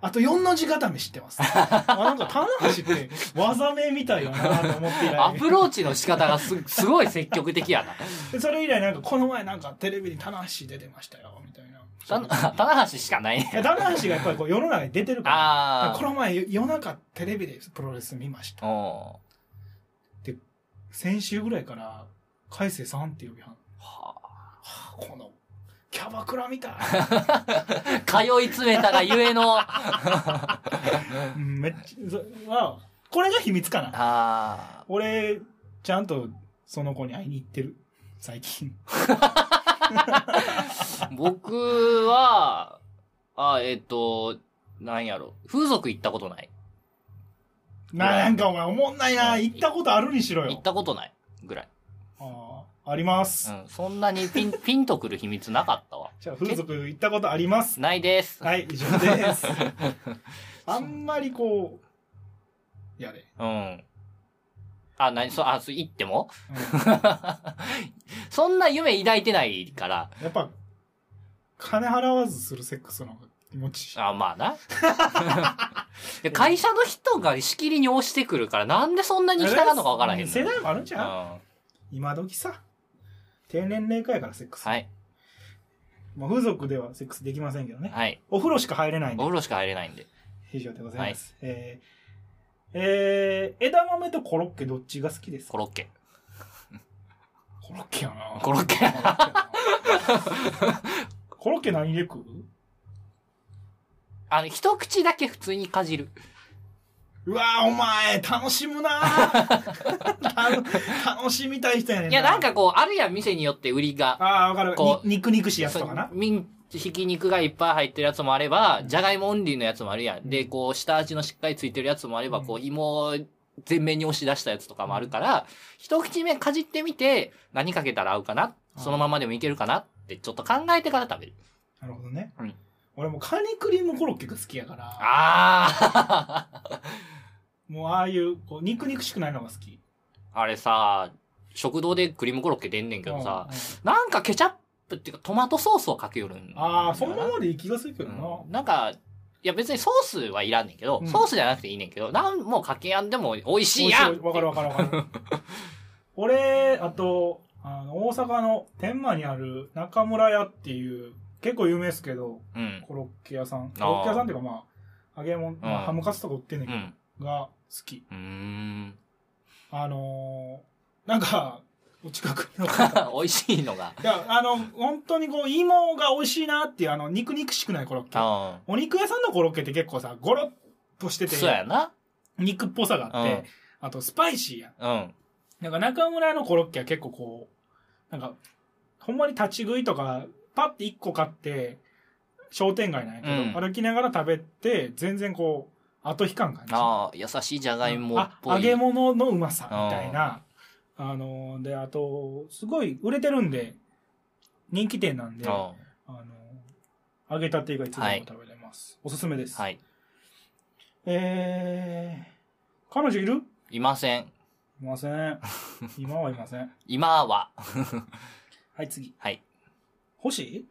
Speaker 1: あと4の字固め知って ます。あ、なんか棚橋って技名みたいよなと思って以
Speaker 2: ア
Speaker 1: 来
Speaker 2: プローチの仕方がす、すごい積極的やな。
Speaker 1: でそれ以来なんか、この前なんかテレビに棚橋出てましたよ、みたいな。
Speaker 2: た、棚橋しかないね。
Speaker 1: いや棚橋がやっぱりこう世の中に出てるから。
Speaker 2: あ
Speaker 1: この前夜中テレビでプロレス見ました
Speaker 2: あ。。おー
Speaker 1: 先週ぐらいから、海星さんって呼びはん。は
Speaker 2: は
Speaker 1: あこの、キャバクラみ たい。
Speaker 2: あ通い詰めたがゆえの、あ
Speaker 1: うんめっちゃ、そまあこれが秘密かな。
Speaker 2: あ。
Speaker 1: 俺、ちゃんとその子に会いに行ってる。最近。
Speaker 2: 僕は、あ、えっ、と、なんやろ。風俗行ったことない。
Speaker 1: な、なんかお前おもんないな。
Speaker 2: うん
Speaker 1: 行ったことあるにしろ
Speaker 2: 行
Speaker 1: よ
Speaker 2: っ。たことない。ぐらい。
Speaker 1: あああります
Speaker 2: う。ん。そんなにピン、 ピンとくる秘密なかったわ。
Speaker 1: じゃあ、風俗行ったことあります。
Speaker 2: ないです。
Speaker 1: はい、以上です。 あんまりこう、やれ。
Speaker 2: うん。あ、なに、そ、あ、そ行っても
Speaker 1: うん
Speaker 2: そんな夢抱いてないから。
Speaker 1: やっぱ、金払わずするセックスの方が気持ちいい。
Speaker 2: あ、まあな。 で会社の人がしきりに押してくるから、なんでそんなに来たのかわからへんの
Speaker 1: 世代もあるんじ
Speaker 2: うん。
Speaker 1: ゃん
Speaker 2: は
Speaker 1: 今時さ低年齢化やからセックス、
Speaker 2: い。
Speaker 1: まあ、風俗ではセックスできませんけどね
Speaker 2: はい。
Speaker 1: お風呂しか入れないん
Speaker 2: お
Speaker 1: で
Speaker 2: 風呂しか入れないんで。
Speaker 1: 以上でございます、えーえー枝豆とコロッケどっちが好きです
Speaker 2: コ
Speaker 1: か
Speaker 2: ロッケ。
Speaker 1: コロッケやな
Speaker 2: コロッケ
Speaker 1: コロッケやなコロッケ何で食う
Speaker 2: あの、一口だけ普通にかじる。
Speaker 1: うわーお前楽しむな ーたの楽しみたい人やねん
Speaker 2: いや、なんかこう、あるやん、店によって売りが。
Speaker 1: ああわかる
Speaker 2: こう
Speaker 1: に肉肉しいやつとかな
Speaker 2: そうミンひき肉がいっぱい入ってるやつもあれば、じゃがいもオンリーのやつもあるやん。で、こう、下味のしっかりついてるやつもあれば、
Speaker 1: うん
Speaker 2: こう、芋を全面に押し出したやつとかもあるから、一口目かじってみて、何かけたら合うかな
Speaker 1: あー
Speaker 2: そのままでもいけるかなって、ちょっと考えてから食べる。
Speaker 1: なるほどね、
Speaker 2: うん
Speaker 1: 俺もうカニクリームコロッケが好きやから
Speaker 2: ああ
Speaker 1: もうああいう、こう、肉肉しくないのが好き。
Speaker 2: あれさ、食堂でクリームコロッケ出んねんけどさ
Speaker 1: う、ん
Speaker 2: なんかケチャップっていうかトマトソースをかけよるんだよな
Speaker 1: ああ、そんなまでいい気がするけどな。
Speaker 2: うんなんか、いや別にソースはいらんねんけど、
Speaker 1: うん
Speaker 2: ソースじゃなくていいねんけど、なんもうかけやんでも美味しいや
Speaker 1: 美味
Speaker 2: ん
Speaker 1: しいわかるわかるわか る。俺、あと、あの、大阪の天満にある中村屋っていう、結構有名ですけど、
Speaker 2: うん。
Speaker 1: コロッケ屋さん。コロッケ屋さんっていうかまあ、揚げ物、ま
Speaker 2: うん
Speaker 1: あ、ハムカツとか売ってんねん
Speaker 2: う
Speaker 1: けど、
Speaker 2: ん。
Speaker 1: が好き。
Speaker 2: うーん。
Speaker 1: あのー、なんか、お近くの方
Speaker 2: 美味しいのが。
Speaker 1: いや、あの、本当にこう、芋が美味しいなっていう、あの、肉肉しくないコロッケ。
Speaker 2: あ
Speaker 1: お肉屋さんのコロッケって結構さ、ゴロッとして
Speaker 2: ー
Speaker 1: て、
Speaker 2: そうやな。
Speaker 1: 肉っぽさがあって、
Speaker 2: うん
Speaker 1: あとスパイシーやん。
Speaker 2: うん。
Speaker 1: なんか中村屋のコロッケは結構こう、なんか、ほんまに立ち食いとか、パッて一個買って、商店街なんやけど、
Speaker 2: うん
Speaker 1: 歩きながら食べて、全然こう、後引かん感じ。
Speaker 2: ああ、優しいじゃがいもっ
Speaker 1: あ
Speaker 2: ぽい。
Speaker 1: 揚げ物のうまさ、みたいな。あのー、で、あと、すごい売れてるんで、人気店なんで、あのー、揚げたてがいつでも食べれます。おすすめで
Speaker 2: うん
Speaker 1: す。
Speaker 2: はい。
Speaker 1: えー、彼女いる
Speaker 2: いません。
Speaker 1: いませ ん。今はいません。
Speaker 2: 今は、
Speaker 1: はい、次。
Speaker 2: はい。
Speaker 1: 欲しい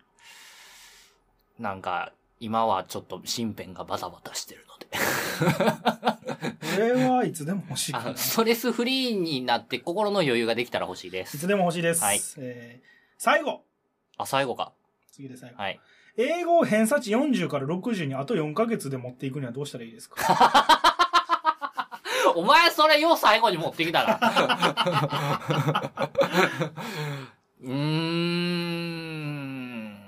Speaker 2: なんか、今はちょっと身辺がバタバタしてるので。
Speaker 1: 俺はいつでも欲しいかな。
Speaker 2: あ
Speaker 1: い
Speaker 2: ストレスフリーになって心の余裕ができたら欲しいです。
Speaker 1: つでも欲しいです。
Speaker 2: はい
Speaker 1: えー最後
Speaker 2: あ、最後か。
Speaker 1: 次で最後。
Speaker 2: はい。
Speaker 1: 英語を偏差値40から60にあと4ヶ月で持っていくにはどうしたらいいですか
Speaker 2: お前それよう最後に持ってきた な。うーん。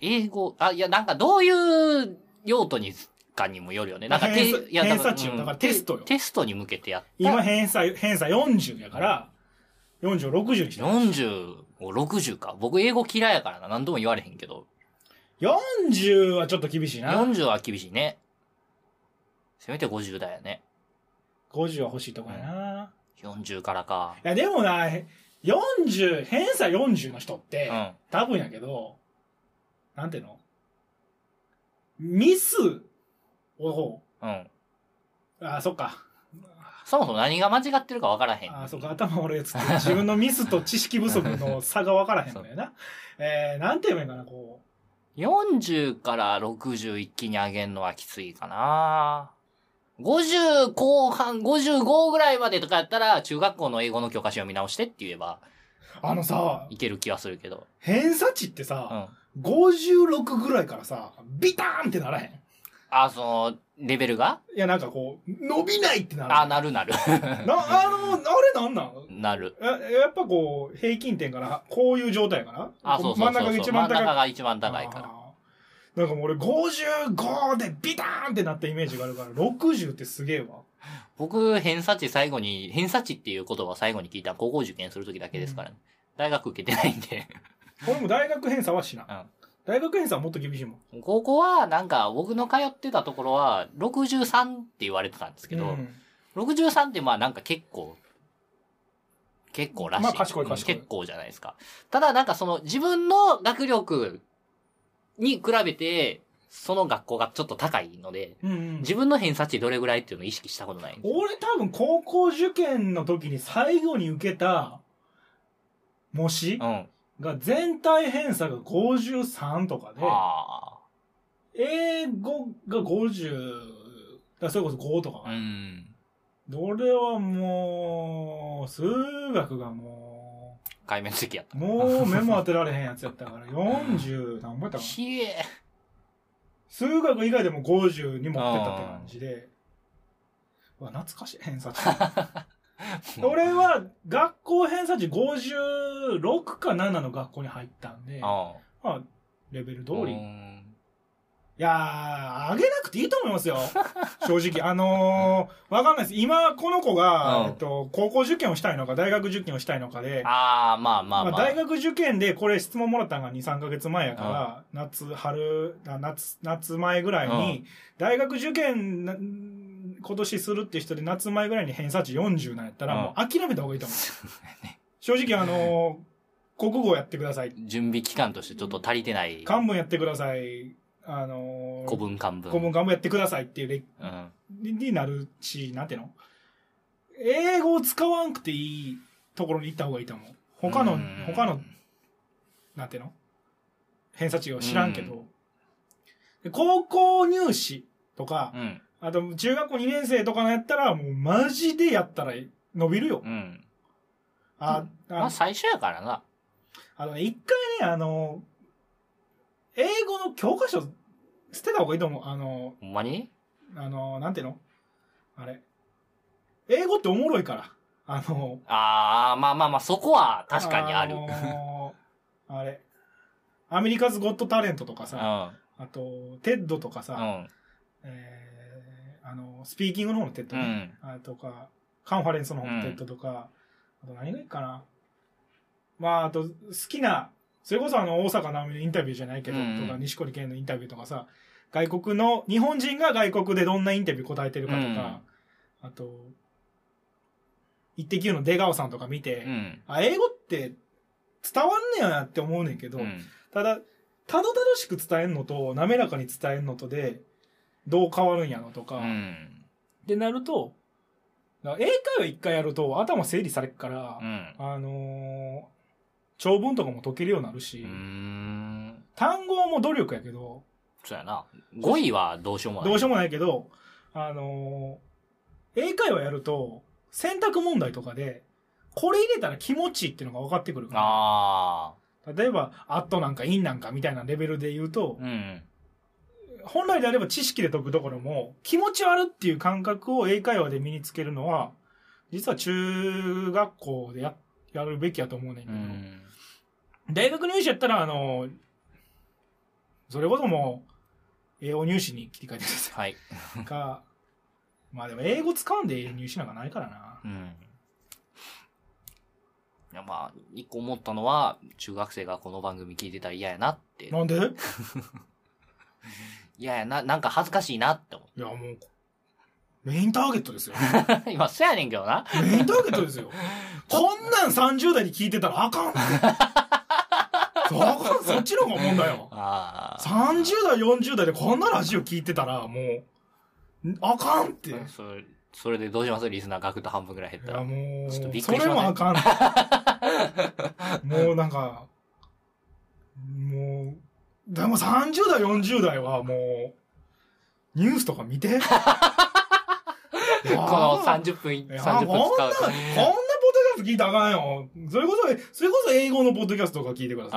Speaker 2: 英語、あ、いや、なんかどういう用途にかにもよるよね。なんかて、
Speaker 1: 偏差
Speaker 2: いや、
Speaker 1: 偏差
Speaker 2: 多分
Speaker 1: 値よ
Speaker 2: うん
Speaker 1: だからテストよ
Speaker 2: テストに向けてやった。
Speaker 1: 今偏差、偏差40やから、40、60にした。
Speaker 2: 40、60か。僕英語嫌いやからな。何度も言われへんけど。
Speaker 1: 40はちょっと厳しいな。
Speaker 2: 40は厳しいね。せめて50だよね。
Speaker 1: 50は欲しいとこやな。
Speaker 2: 40からか。
Speaker 1: いや、でもな、40、偏差40の人っ
Speaker 2: う
Speaker 1: て、
Speaker 2: ん。
Speaker 1: 多分やけど、なんていうのミスを、
Speaker 2: うん。
Speaker 1: あ、そっか。
Speaker 2: そもそも何が間違ってるか分からへん。
Speaker 1: あ、そっか。頭悪いやつって、自分のミスと知識不足の差が分からへんの よな。えー、なんて言えばいいかな、こ
Speaker 2: 40から60一気に上げんのはきついかな。50後半、55ぐらいまでとかやったら、中学校の英語の教科書を見直してって言えば、
Speaker 1: う。あのさ、
Speaker 2: いける気はするけど。
Speaker 1: 偏差値って
Speaker 2: うん。
Speaker 1: さ、
Speaker 2: あ、
Speaker 1: 56ぐらいからさ、ビターンってならへん。
Speaker 2: その、レベルが
Speaker 1: いや、なんかこう、伸びないってなる。
Speaker 2: あ、なるな る。
Speaker 1: な、あの、あれなんなん
Speaker 2: なる。
Speaker 1: えやっぱこう、平均点から、こういう状態かな
Speaker 2: あ、そうそうそ
Speaker 1: 真
Speaker 2: うそう。
Speaker 1: ん中が一番
Speaker 2: 真ん中
Speaker 1: 高い。
Speaker 2: が一番高いから。
Speaker 1: あーなんかもう俺55でビターンってなったイメージがあるから、60ってすげえわ。
Speaker 2: 僕、偏差値最後に、偏差値っていう言葉を最後に聞いたの高校受験するときだけですからね。大学受けてないんで。
Speaker 1: 俺も大学偏差はしない。
Speaker 2: うん
Speaker 1: 大学偏差はもっと厳しいもん。
Speaker 2: 高校は、なんか、僕の通ってたところは、63って言われてたんですけど、
Speaker 1: うん
Speaker 2: 63ってまあなんか結構、結構らしい。
Speaker 1: まあ賢い
Speaker 2: うん
Speaker 1: 賢い
Speaker 2: 結構じゃないですか。ただなんかその自分の学力に比べて、その学校がちょっと高いので、
Speaker 1: うんうん
Speaker 2: 自分の偏差値どれぐらいっていうのを意識したことないんですよ
Speaker 1: 俺多分高校受験の時に最後に受けた模試
Speaker 2: うん。あ
Speaker 1: が全体偏差が53とかで、
Speaker 2: あ
Speaker 1: 英語が50、だからそれこそ5とかか
Speaker 2: ー。
Speaker 1: な、
Speaker 2: うん。
Speaker 1: 俺はもう、数学がも
Speaker 2: 壊滅的やった
Speaker 1: う、。もう目も当てられへんやつやったから、40何ぼやったかな
Speaker 2: ひえ。
Speaker 1: 数学以外でも50に持ってったって感じで、うわ、懐かしい、偏差値。 俺は学校偏差値56か7の学校に入ったんで、ま
Speaker 2: あ
Speaker 1: あ、レベル通り。
Speaker 2: う
Speaker 1: い
Speaker 2: ん
Speaker 1: やー、上げなくていいと思います よ。正直。あのー、わかんないです。今、この子
Speaker 2: うん
Speaker 1: が、えっと、高校受験をしたいのか、大学受験をしたいのかで、
Speaker 2: ああ、まあまあまあ。
Speaker 1: まあ、大学受験でこれ質問もらったのが2、3ヶ月前やから、夏、春、あ夏、夏前ぐらいに、大学受験な、今年するって人で夏前ぐらいに偏差値40なんやったら、
Speaker 2: うん
Speaker 1: もう諦めた方がいいと思う。正直あのー国語やってください。
Speaker 2: 準備期間としてちょっと足りてない。
Speaker 1: 漢文やってください。あのー
Speaker 2: 古文漢文。
Speaker 1: 古文漢文やってくださいっていうれ
Speaker 2: うん。
Speaker 1: にになるし、なんていうの英語を使わんくていいところに行った方がいいと思う。他
Speaker 2: う
Speaker 1: の
Speaker 2: ん、
Speaker 1: 他のなんていうの偏差値を知らんけど、で高校入試とか
Speaker 2: う、ん。
Speaker 1: あと中学校2年生とかのやったら、もうマジでやったら伸びるよ。
Speaker 2: うん。
Speaker 1: あ、
Speaker 2: ま
Speaker 1: あ
Speaker 2: あ最初やからな。
Speaker 1: あのね、一回ね、あの、英語の教科書捨てた方がいいと思う。あの、
Speaker 2: ほんまに
Speaker 1: あの、なんていうのあれ。英語っておもろいから。あの、
Speaker 2: ああ、まあまあまあ、そこは確かにある。
Speaker 1: のーあれ。アメリカズ・ゴット・タレントとか
Speaker 2: う
Speaker 1: さ、
Speaker 2: ん。
Speaker 1: あと、テッドとかさ、
Speaker 2: うん。
Speaker 1: えーあの、スピーキングの方のテッド
Speaker 2: う
Speaker 1: ね。
Speaker 2: ん。
Speaker 1: あとか、カンファレンスの方のテッドとか、あと何がいいかな。まあ、あと、好きな、それこそあの、大阪直美のインタビューじゃないけど、
Speaker 2: うん
Speaker 1: とか、西堀健のインタビューとかさ、外国の、日本人が外国でどんなインタビュー答えてるかとか、あと、イッテ Q の出川さんとか見て、
Speaker 2: うん。
Speaker 1: あ、英語って伝わんねやなって思うねんけど、
Speaker 2: うん
Speaker 1: ただ、たどたどしく伝えんのと、滑らかに伝えんのとで、どう変わるんやのとか、
Speaker 2: う
Speaker 1: っ
Speaker 2: ん。
Speaker 1: てなると、だから英会話一回やると頭整理されっから、
Speaker 2: うん。
Speaker 1: あのー長文とかも解けるようになるし、
Speaker 2: うーん。
Speaker 1: 単語も努力やけど、
Speaker 2: そうやな。語彙はどうしようもない。
Speaker 1: どうしようもないけど、あのー英会話やると、選択問題とかで、これ入れたら気持ちいいっていうのが分かってくるから、
Speaker 2: あ
Speaker 1: 例えば、アットなんかインなんかみたいなレベルで言うと
Speaker 2: あ。、うん。
Speaker 1: 本来であれば知識で解くところも、気持ちはあるっていう感覚を英会話で身につけるのは、実は中学校でや、やるべきやと思うねん
Speaker 2: う
Speaker 1: けど、
Speaker 2: ん。
Speaker 1: 大学入試やったら、あの、それこそもう、英語入試に切り替えてくださ
Speaker 2: はい。
Speaker 1: い。か、まあでも英語使うんで入試なんかないからな。
Speaker 2: うん。いやまあ、一個思ったのは、中学生がこの番組聞いてたら嫌やなって。
Speaker 1: なんでい
Speaker 2: 嫌やな、なんか恥ずかしいなって思
Speaker 1: や、もう、メインターゲットですよ。
Speaker 2: う。 今、そうやねんけどな。
Speaker 1: メインターゲットですよ。こんなん30代に聞いてたらあかん。そうあかん、そっちの方が問題よ。
Speaker 2: ああ。
Speaker 1: 30代、40代でこんなラジオ聞いてたら、もう、んあかんって。い
Speaker 2: それ、それでどうしますリスナーガクッと半分ぐらい減った
Speaker 1: や、
Speaker 2: ら。
Speaker 1: も
Speaker 2: ちょっとび
Speaker 1: う、
Speaker 2: っく
Speaker 1: そ
Speaker 2: りし
Speaker 1: れもあ
Speaker 2: まし
Speaker 1: かん。もうなんか、もう、でも30代、40代はもう、ニュースとか見て。
Speaker 2: この30分、
Speaker 1: いや
Speaker 2: 30分使
Speaker 1: こんな、こ
Speaker 2: う
Speaker 1: んなポッドキャスト聞いたらあかんよ。それこそ、それこそ英語のポッドキャストとか聞いてくださ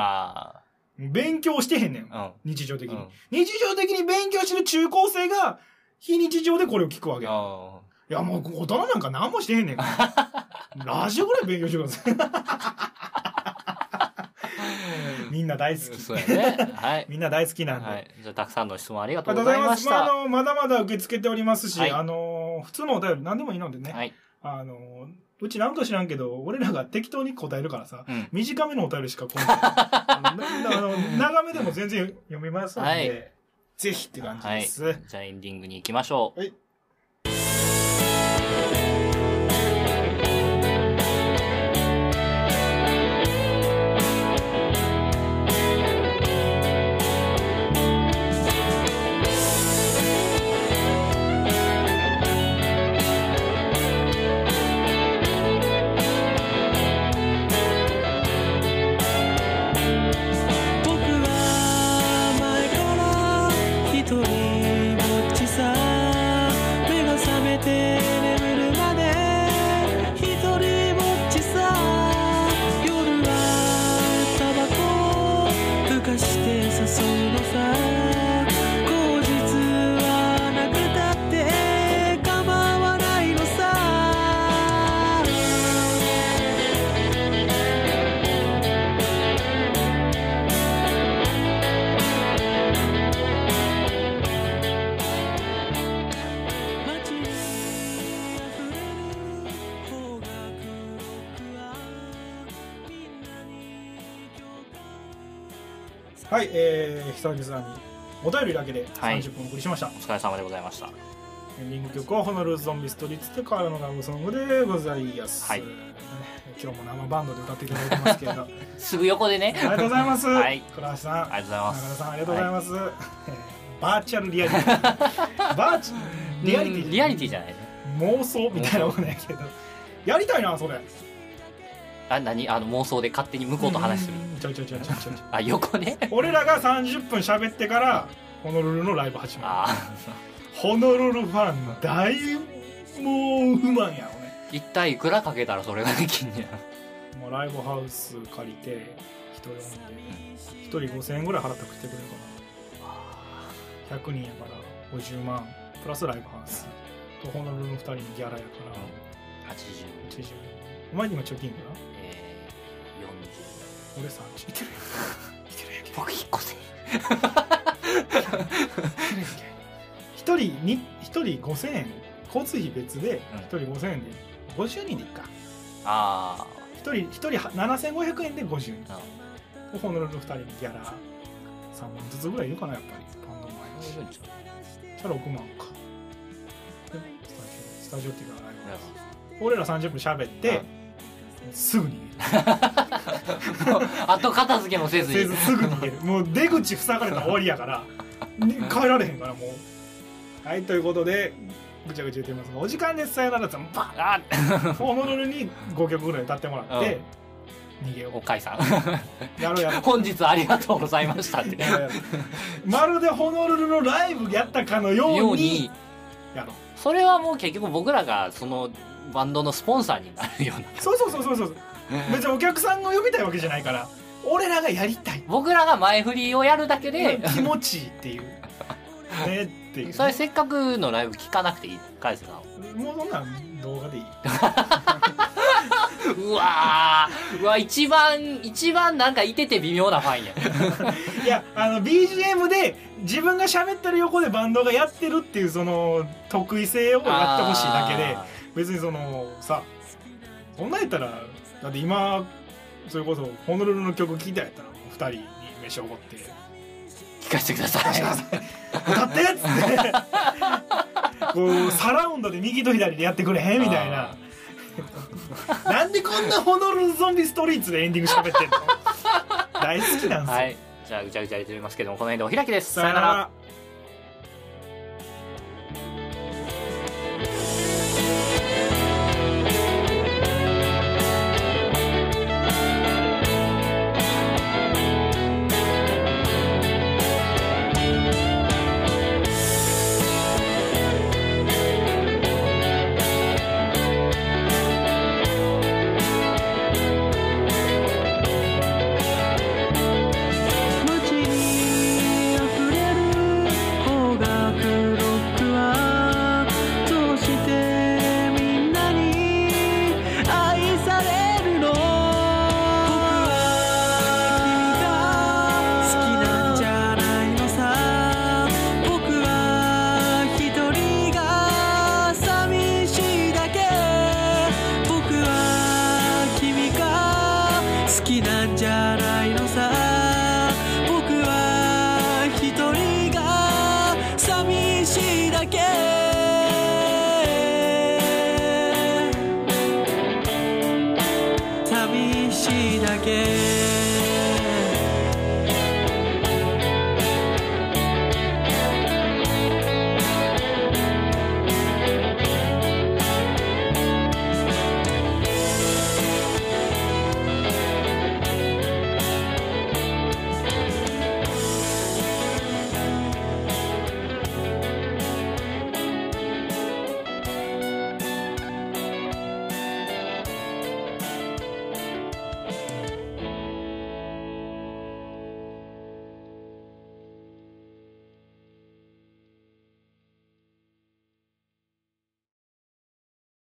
Speaker 2: あ
Speaker 1: い。勉強してへんねん。
Speaker 2: あ。
Speaker 1: 日常的に。
Speaker 2: うん
Speaker 1: 日常的に勉強してる中高生が、非日常でこれを聞くわ
Speaker 2: うん。
Speaker 1: け。い
Speaker 2: あ
Speaker 1: や、もう大人なんか何もしてへ んねんから。ラジオぐらい勉強してください。みんな大好
Speaker 2: ー
Speaker 1: き。
Speaker 2: そうやね。はい。
Speaker 1: みんな大好きなんで。
Speaker 2: はい。じゃあ、たくさんの質問ありが
Speaker 1: あ
Speaker 2: と
Speaker 1: り
Speaker 2: う
Speaker 1: がと
Speaker 2: ご
Speaker 1: うご
Speaker 2: ざ
Speaker 1: ざい
Speaker 2: いま
Speaker 1: ます。
Speaker 2: した。
Speaker 1: まあ、あの、まだまだ受け付けておりますし、
Speaker 2: はい
Speaker 1: あの、普通のお便り何でもいいのでね。
Speaker 2: はい。
Speaker 1: あの、うちなんか知らんけど、俺らが適当に答えるからさ、
Speaker 2: うん。
Speaker 1: 短めのお便りしか来ないあの。あの長めでも全然読みますので、
Speaker 2: はい
Speaker 1: ぜひって感じ
Speaker 2: は
Speaker 1: で
Speaker 2: い。
Speaker 1: す。
Speaker 2: じゃあ、エンディングに行きましょう。
Speaker 1: はい
Speaker 3: 僕は前から一人ぼっちさ目が覚めて眠るまで一人ぼっちさ夜はタバコをふかして誘うのさ口実はなくたって構わないのさ街に溢れる方角はみんなに共感
Speaker 1: はい、えー、久々にお便りだけで
Speaker 2: はい
Speaker 1: 30分お送りしました。
Speaker 2: お疲れ様でございました。
Speaker 1: エンディング曲は、ホノルルゾンビストリートでからのラブソングでございます。
Speaker 2: はい
Speaker 1: ね今日も生バンドで歌っていただいて ますけれど、あり
Speaker 2: すぐ横でね。
Speaker 1: がとうございます。
Speaker 2: はい
Speaker 1: 倉橋さん、
Speaker 2: ありがとうございます
Speaker 1: 中田さん、ありがとうございます。えーバーチャルリアリテ ィ。バーチャル、リアリティじゃな
Speaker 2: う
Speaker 1: んい。
Speaker 2: リアリティじゃないね。
Speaker 1: 妄想みたいなもんやけどやりたいなそれ
Speaker 2: あ、何あの、妄想で勝手に向こうと話する。
Speaker 1: ちょいちょいちょいちょいちょい
Speaker 2: あ、横ね。
Speaker 1: 俺らが30分喋ってからホノルルのライブ始まる
Speaker 2: あ
Speaker 1: ホノルルファン大もう不満やろね
Speaker 2: あ。一体いくらかけたらそれができんねや。
Speaker 1: もうライブハウス借りて人呼んで1人5000円ぐらい払ってくってくれるかな100人やから50万プラスライブハウスとホノルルの2人のギャラやから
Speaker 2: 80、
Speaker 1: 80お前今貯金かな
Speaker 2: えー、40。
Speaker 1: 俺30いける
Speaker 2: 僕1個せ
Speaker 1: 一人に一人5000円交通費別で
Speaker 2: うん
Speaker 1: 一人5000円で50人でいっか
Speaker 2: あ
Speaker 1: 一人一人は7500円で50人
Speaker 2: あ。
Speaker 1: ホノルルの2人にギャラ3万ずつぐらいいるかなやっぱりバンドもあるし
Speaker 2: うん。
Speaker 1: したら6万かでスタジオスタジオっていうかライブハウス俺ら30分喋ってす ぐ逃
Speaker 2: 後片付けもせず
Speaker 1: げるせ
Speaker 2: に
Speaker 1: ず。すぐ逃 げるもう出口塞がれたら終わりやから、ね帰られへんからもうはいということでぐちゃぐちゃ言ってますがお時間ですさよならザン バ
Speaker 2: あ
Speaker 1: ホノルルに5曲ぐらい歌ってもらって、逃げよ
Speaker 2: おかいさん。
Speaker 1: う。やろうやろう。
Speaker 2: 本日ありがとうございましたって。
Speaker 1: やろうやろう まるでホノルルのライブやったかのよ
Speaker 2: よ
Speaker 1: う
Speaker 2: う
Speaker 1: に
Speaker 2: に、
Speaker 1: やろう。
Speaker 2: それはもう結局僕らがそのバンドのスポンサーになるような。
Speaker 1: そうそうそうそうそう。別にお客さんを呼びたいわけじゃないから、俺らがやりたい。
Speaker 2: 僕らが前振りをやるだけで、
Speaker 1: 気持ちいい っていう。ねっていう。
Speaker 2: それせっかくのライブ聞かなくていい返せな
Speaker 1: もうそんなん動画でいい。
Speaker 2: うわーうわ 一番一番なんかいてて微妙なファンや
Speaker 1: いや、あの、BGM で自分が喋ってる横でバンドがやってるっていうその得意性をやってほしいだけで
Speaker 2: あ
Speaker 1: 別にそのさそんなんやったらだって今それこそホノルルの曲聴いたやったら2人に飯をおごって
Speaker 2: ー聞かせてく
Speaker 1: 「
Speaker 2: だ さ
Speaker 1: 歌してください
Speaker 2: い。
Speaker 1: 歌って!」っつってこうサラウンドで右と左でやってくれへんみたいな
Speaker 2: あ
Speaker 1: なんでこんなホノルルゾンビストリートでエンディング喋ってんの大好きなんですよ、
Speaker 2: はい。じゃあ、ぐちゃぐちゃ言っておりますけども、この辺でお開きです。
Speaker 1: さよなら。
Speaker 3: 街に溢れる邦楽ロックはどうしてみんなに愛されるの僕は君が好きなんじゃないのさ僕は一人が寂しいだけ僕は君が好きなんじゃないのさ僕は一人が寂しいだけ寂しいだけ